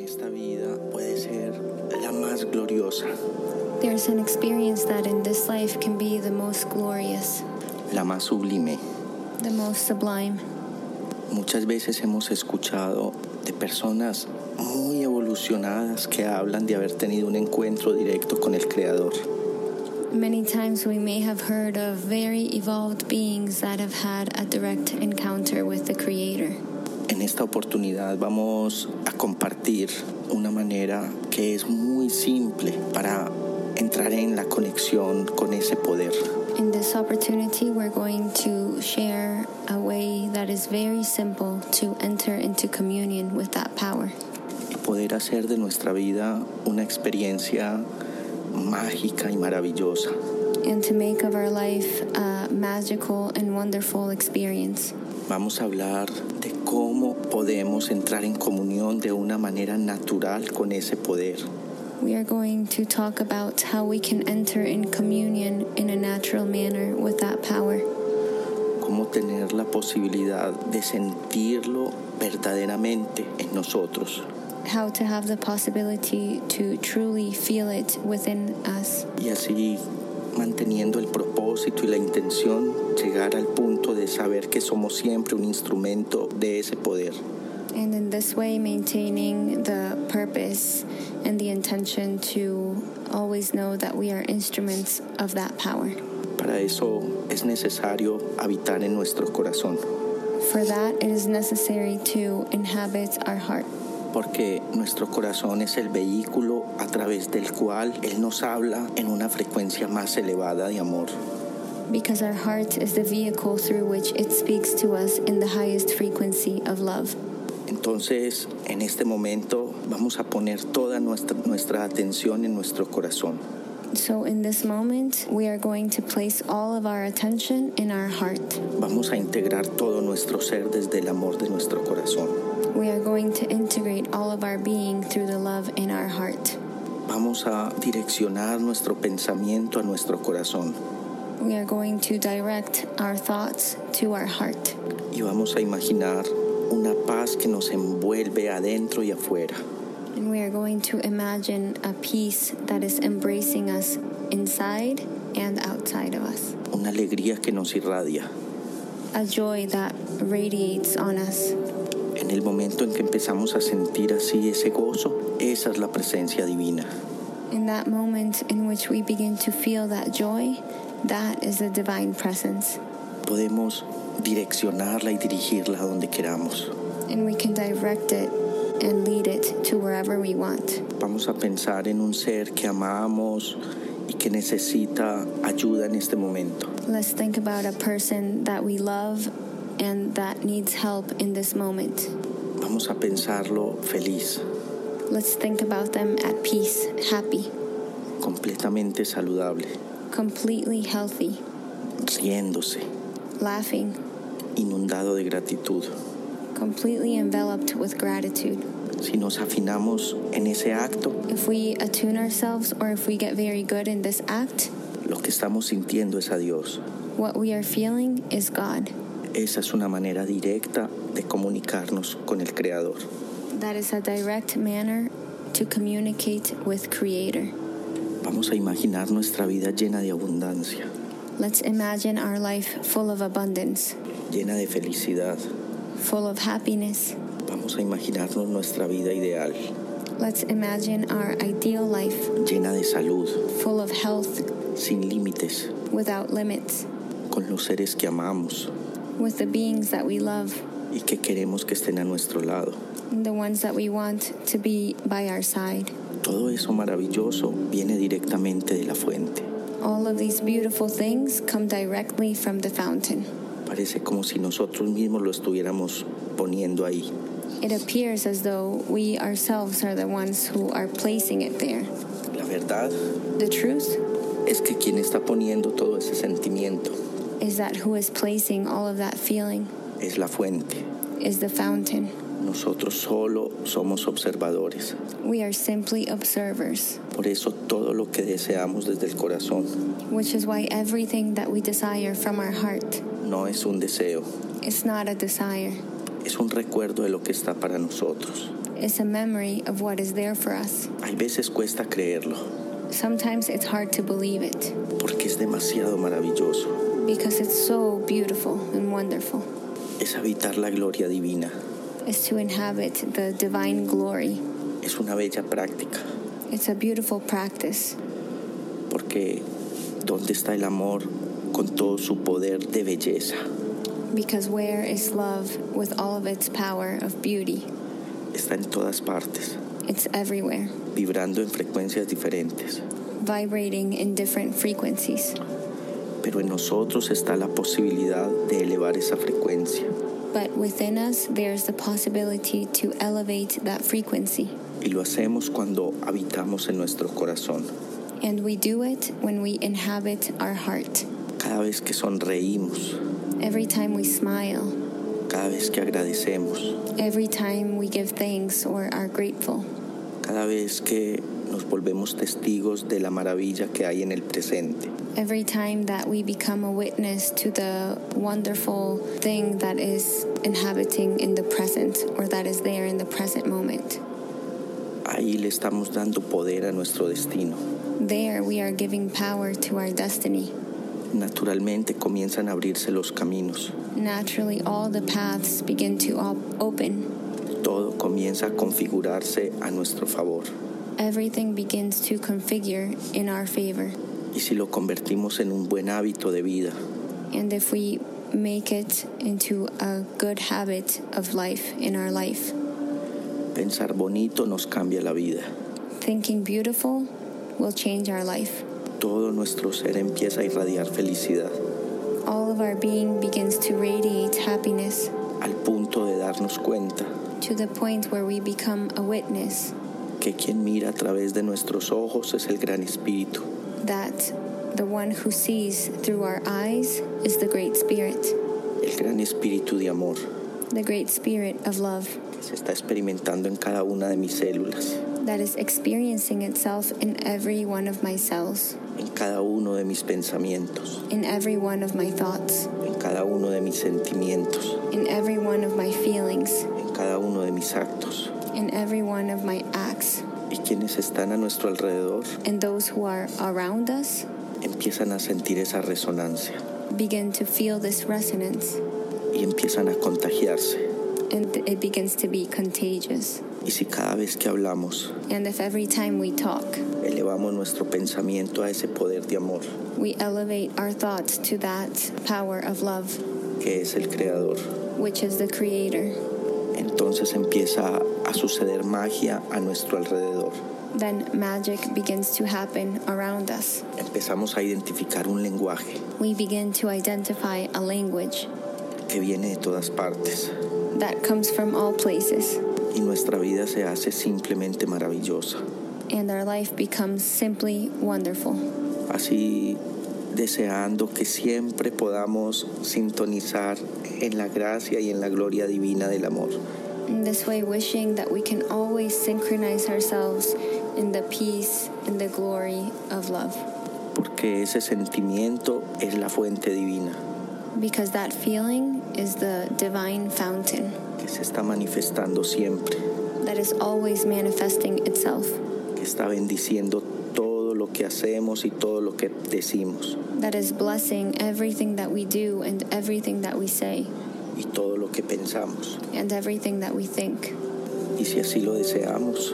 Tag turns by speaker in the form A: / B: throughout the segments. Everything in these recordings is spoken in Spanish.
A: esta vida puede ser la más gloriosa,
B: There's an experience that in this life can be the most glorious,
A: la más sublime.
B: the most sublime.
A: Muchas veces hemos escuchado de personas muy evolucionadas que hablan de haber tenido un encuentro directo con el Creador.
B: Many times we may have heard of very evolved beings that have had a direct encounter with the Creator.
A: En esta oportunidad vamos a compartir una manera que es muy simple para entrar en la conexión con ese poder.
B: In this opportunity, we're going to share a way that is very simple to enter into communion with that power
A: y poder hacer de nuestra vida una experiencia mágica y maravillosa.
B: and to make of our life a magical and wonderful experience.
A: Vamos a hablar de cómo podemos entrar en comunión de una manera natural con ese poder.
B: We are going to talk about how we can enter in communion in a natural manner with that power,
A: Cómo tener la posibilidad de sentirlo verdaderamente en nosotros.
B: how to have the possibility to truly feel it within us,
A: Y así manteniendo el propósito y la intención, llegar al punto de saber que somos siempre un instrumento de ese poder.
B: and in this way, maintaining the purpose and the intention to always know that we are instruments of that power.
A: Para eso es necesario habitar en nuestro corazón.
B: For that, it is necessary to inhabit our heart.
A: porque nuestro corazón es el vehículo a través del cual Él nos habla en una frecuencia más elevada de amor.
B: Because our heart is the vehicle through which it speaks to us in the highest frequency of love.
A: Entonces, en este momento vamos a poner toda nuestra, nuestra atención en nuestro corazón.
B: So, in this moment, we are going to place all of our attention in our heart.
A: Vamos a integrar todo nuestro ser desde el amor de nuestro corazón.
B: We are going to integrate all of our being through the love in our heart.
A: Vamos a direccionar nuestro pensamiento a nuestro corazón
B: We are going to direct our thoughts to our heart.
A: y vamos a imaginar una paz que nos envuelve adentro y afuera.
B: And we are going to imagine a peace that is embracing us inside and outside of us,
A: Una alegría que nos irradia.
B: a joy that radiates on us.
A: En el momento en que empezamos a sentir así ese gozo, esa es la presencia divina.
B: In that moment in which we begin to feel that joy, that is the divine presence.
A: Podemos direccionarla y dirigirla a donde queramos.
B: and we can direct it and lead it to wherever we want.
A: Vamos a pensar en un ser que amamos y que necesita ayuda en este momento.
B: Let's think about a person that we love and that needs help in this moment.
A: Vamos a pensarlo feliz,
B: Let's think about them at peace, happy,
A: completamente saludable,
B: completely healthy,
A: riéndose,
B: laughing,
A: inundado de gratitud.
B: completely enveloped with gratitude.
A: Si nos afinamos en ese acto,
B: If we attune ourselves or if we get very good in this act,
A: lo que estamos sintiendo es a Dios.
B: what we are feeling is God.
A: Esa es una manera directa de comunicarnos con el Creador.
B: That is a direct manner to communicate with Creator.
A: Vamos a imaginar nuestra vida llena de abundancia,
B: Let's imagine our life full of abundance,
A: llena de felicidad.
B: full of happiness.
A: Vamos a imaginarnos nuestra vida ideal,
B: Let's imagine our ideal life,
A: llena de salud,
B: full of health,
A: sin límites,
B: without limits,
A: con los seres que amamos
B: with the beings that we love,
A: y que queremos que estén a nuestro lado.
B: and the ones that we want to be by our side.
A: Todo eso maravilloso viene directamente de la fuente.
B: All of these beautiful things come directly from the fountain.
A: Parece como si nosotros mismos lo estuviéramos poniendo ahí.
B: It appears as though we ourselves are the ones who are placing it there.
A: La verdad
B: The truth
A: es que quien está poniendo todo ese sentimiento
B: is that who is placing all of that feeling
A: es la fuente.
B: is the fountain.
A: Nosotros solo somos observadores.
B: We are simply observers.
A: Por eso todo lo que deseamos desde el corazón
B: which is why everything that we desire from our heart
A: no es un deseo,
B: is not a desire.
A: es un recuerdo de lo que está para nosotros.
B: is a memory of what is there for us.
A: Hay veces cuesta creerlo
B: Sometimes it's hard to believe it
A: porque es demasiado maravilloso.
B: because it's so beautiful and wonderful.
A: Es habitar la gloria divina.
B: It's to inhabit the divine glory.
A: Es una bella práctica
B: It's a beautiful practice
A: porque ¿dónde está el amor con todo su poder de belleza?
B: because where is love with all of its power of beauty?
A: Está en todas partes,
B: It's everywhere,
A: vibrando en frecuencias diferentes.
B: vibrating in different frequencies.
A: Pero en nosotros está la posibilidad de elevar esa frecuencia
B: But within us, there's the possibility to elevate that frequency.
A: y lo hacemos cuando habitamos en nuestro corazón.
B: And we do it when we inhabit our heart.
A: Cada vez que sonreímos,
B: Every time we smile,
A: cada vez que agradecemos,
B: every time we give thanks or are grateful,
A: cada vez que nos volvemos testigos de la maravilla que hay en el presente.
B: every time that we become a witness to the wonderful thing that is inhabiting in the present or that is there in the present moment.
A: Ahí le estamos dando poder a nuestro destino.
B: There, we are giving power to our destiny.
A: Naturalmente comienzan a abrirse los caminos.
B: Naturally, all the paths begin to op- open.
A: Todo comienza a configurarse a nuestro favor.
B: Everything begins to configure in our favor.
A: Y si lo convertimos en un buen hábito de vida,
B: And if we make it into a good habit of life in our life,
A: pensar bonito nos cambia la vida.
B: thinking beautiful will change our life.
A: Todo nuestro ser empieza a irradiar felicidad
B: All of our being begins to radiate happiness
A: al punto de darnos cuenta
B: to the point where we become a witness
A: que quien mira a través de nuestros ojos es el gran espíritu.
B: that the one who sees through our eyes is the Great Spirit,
A: el gran espíritu de amor
B: the Great Spirit of love
A: que se está experimentando en cada una de mis células,
B: that is experiencing itself in every one of my cells,
A: en cada uno de mis pensamientos,
B: in every one of my thoughts,
A: en cada uno de mis sentimientos,
B: in every one of my feelings,
A: en cada uno de mis actos.
B: in every one of my acts.
A: Y quienes están a nuestro alrededor
B: And those who are around us
A: empiezan a sentir esa resonancia
B: begin to feel this resonance
A: y empiezan a contagiarse.
B: and it begins to be contagious.
A: Y si cada vez que hablamos
B: And if every time we talk,
A: elevamos nuestro pensamiento a ese poder de amor
B: we elevate our thoughts to that power of love,
A: que es el creador,
B: which is the Creator,
A: entonces empieza a suceder magia a nuestro alrededor.
B: then magic begins to happen around us.
A: Empezamos a identificar un lenguaje
B: We begin to identify a language
A: que viene de todas partes
B: that comes from all places,
A: y nuestra vida se hace simplemente maravillosa.
B: and our life becomes simply wonderful.
A: Así deseando que siempre podamos sintonizar en la gracia y en la gloria divina del amor.
B: In this way, wishing that we can always synchronize ourselves in the peace and the glory of love,
A: Porque ese sentimiento es la fuente divina
B: because that feeling is the divine fountain
A: que se está manifestando siempre,
B: that is always manifesting itself.
A: que está bendiciendo todo lo que hacemos y todo lo que decimos
B: that is blessing everything that we do and everything that we say
A: y todo lo que pensamos.
B: and everything that we think.
A: Y si así lo deseamos,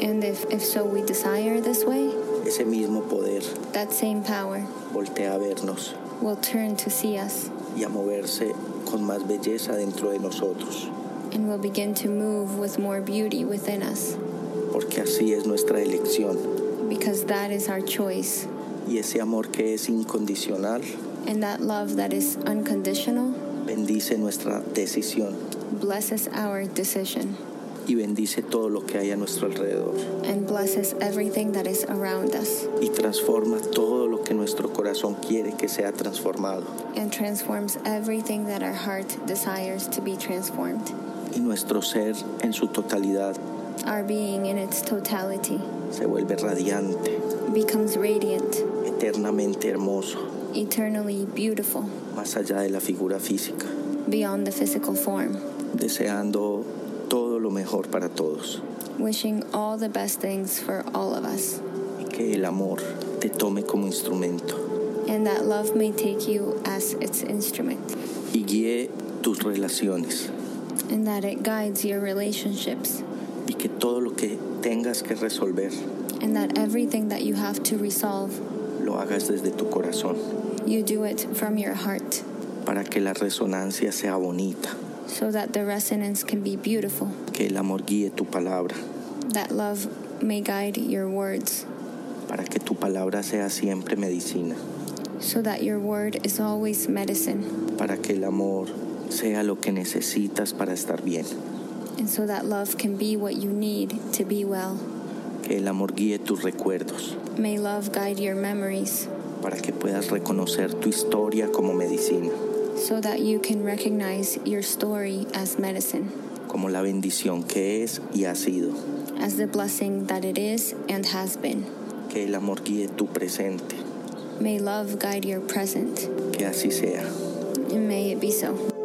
B: And if, if so we desire this way,
A: ese mismo poder
B: that same power
A: voltea a vernos
B: will turn to see us
A: y a moverse con más belleza dentro de nosotros,
B: and will begin to move with more beauty within us
A: porque así es nuestra elección.
B: because that is our choice.
A: Y ese amor que es incondicional
B: And that love that is unconditional
A: bendice nuestra decisión
B: blesses our decision
A: y bendice todo lo que hay a nuestro alrededor
B: and blesses everything that is around us
A: y transforma todo lo que nuestro corazón quiere que sea transformado.
B: and transforms everything that our heart desires to be transformed.
A: Y nuestro ser en su totalidad
B: Our being in its totality.
A: se vuelve radiante,
B: becomes radiant,
A: eternamente hermoso,
B: eternally beautiful,
A: más allá de la figura física,
B: beyond the physical form,
A: deseando todo lo mejor para todos
B: wishing all the best things for all of us,
A: y que el amor te tome como instrumento
B: and that love may take you as its instrument,
A: y guíe tus relaciones
B: and that it guides your relationships,
A: y que todo lo que tengas que resolver
B: and that everything that you have to resolve,
A: lo hagas desde tu corazón
B: you do it from your heart,
A: para que la resonancia sea bonita,
B: so that the resonance can be beautiful,
A: que el amor guíe tu palabra,
B: that love may guide your words,
A: para que tu palabra sea siempre medicina,
B: so that your word is always medicine,
A: para que el amor sea lo que necesitas para estar bien,
B: and so that love can be what you need to be well.
A: que el amor guíe tus recuerdos,
B: May love guide your memories,
A: para que puedas reconocer tu historia como medicina,
B: so that you can recognize your story as medicine.
A: como la bendición que es y ha sido,
B: as the blessing that it is and has been.
A: que el amor guíe tu presente,
B: May love guide your present,
A: que así sea.
B: and may it be so.